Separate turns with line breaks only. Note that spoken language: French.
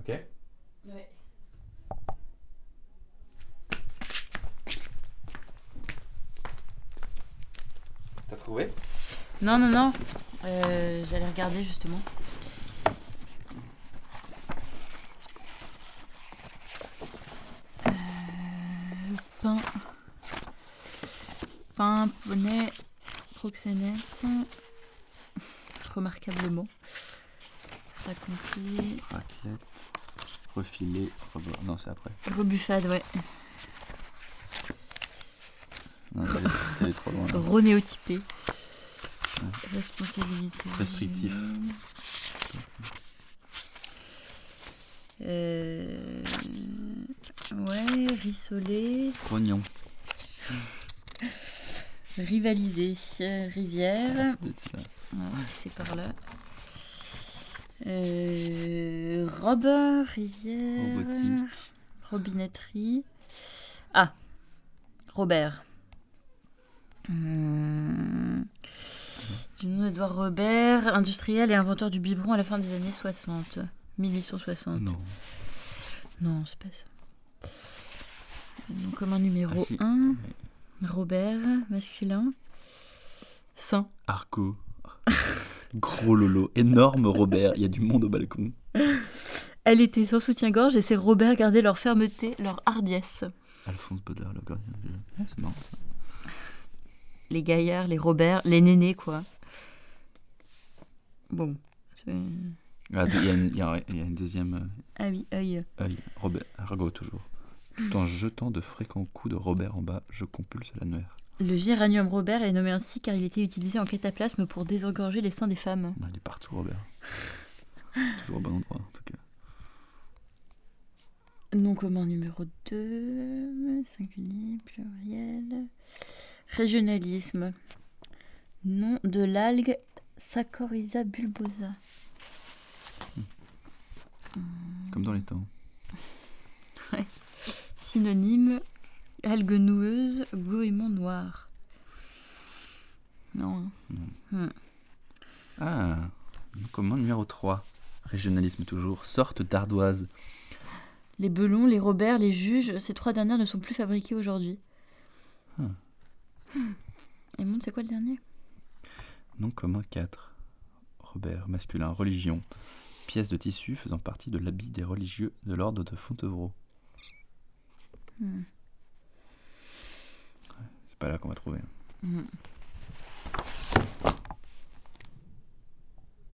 Ok.
Ouais.
T'as trouvé
Non, non, non. Euh, J'allais regarder justement. Euh, pain. Pain, poney, proxénète. Remarquablement. Accompli.
Raclette, refilé, rebord. Oh, bah, Non, c'est après.
Rebuffade, ouais.
Non, t'es allé- t'es allé trop loin. là.
Renéotypé. Responsabilité.
Restrictif.
Euh, Ouais, rissolé,
Grognon.
rivalisé, euh, rivière,
Ah, c'est- c'est là.
Ouais, c'est par là. Euh, robe, rivière,
Robotique.
robinetterie. Ah, Robert. Hmm. Du nom d'Edouard Robert, industriel et inventeur du biberon à la fin des années 60. 1860.
Non.
Non, c'est pas ça. Donc, commun numéro
Ah, si.
1,
Ouais.
Robert, masculin. Saint.
Arco. Gros Lolo. Énorme Robert. Il y a du monde au balcon.
Elle était sans soutien-gorge et ses Robert gardaient leur fermeté, leur hardiesse.
Alphonse Baudard, le gardien du jeu. Ah, c'est marrant. ça.
Les gaillards, les Robert, les nénés, quoi. Bon. c'est-
Ah, Il y, a une- il y a- il y a une deuxième. euh,
Ah oui, œil.
Œil, Robert, Argo toujours. Tout en jetant de fréquents coups de Robert en bas, je compulse l'annuaire.
Le géranium Robert est nommé ainsi car il était utilisé en cataplasme pour désengorger les seins des femmes.
Ouais, Il est partout, Robert. toujours au bon endroit, en tout cas.
Nom commun numéro 2, singulier, pluriel. Régionalisme. Nom de l'algue Saccharisa bulbosa.
Comme dans les temps.
Synonyme algue noueuse, goémon noir. Non. hein.
Ah, comment numéro 3 Régionalisme toujours, sorte d'ardoise.
Les belons, les Robert, les juges, ces trois dernières ne sont plus fabriquées aujourd'hui.
Hmm.
Hmm. Et montre, c'est quoi le dernier
Non commun 4. Robert, masculin, religion. Pièce de tissu faisant partie de l'habit des religieux de l'ordre de Fontevraud.
Hmm.
C'est pas là qu'on va trouver.
Hmm.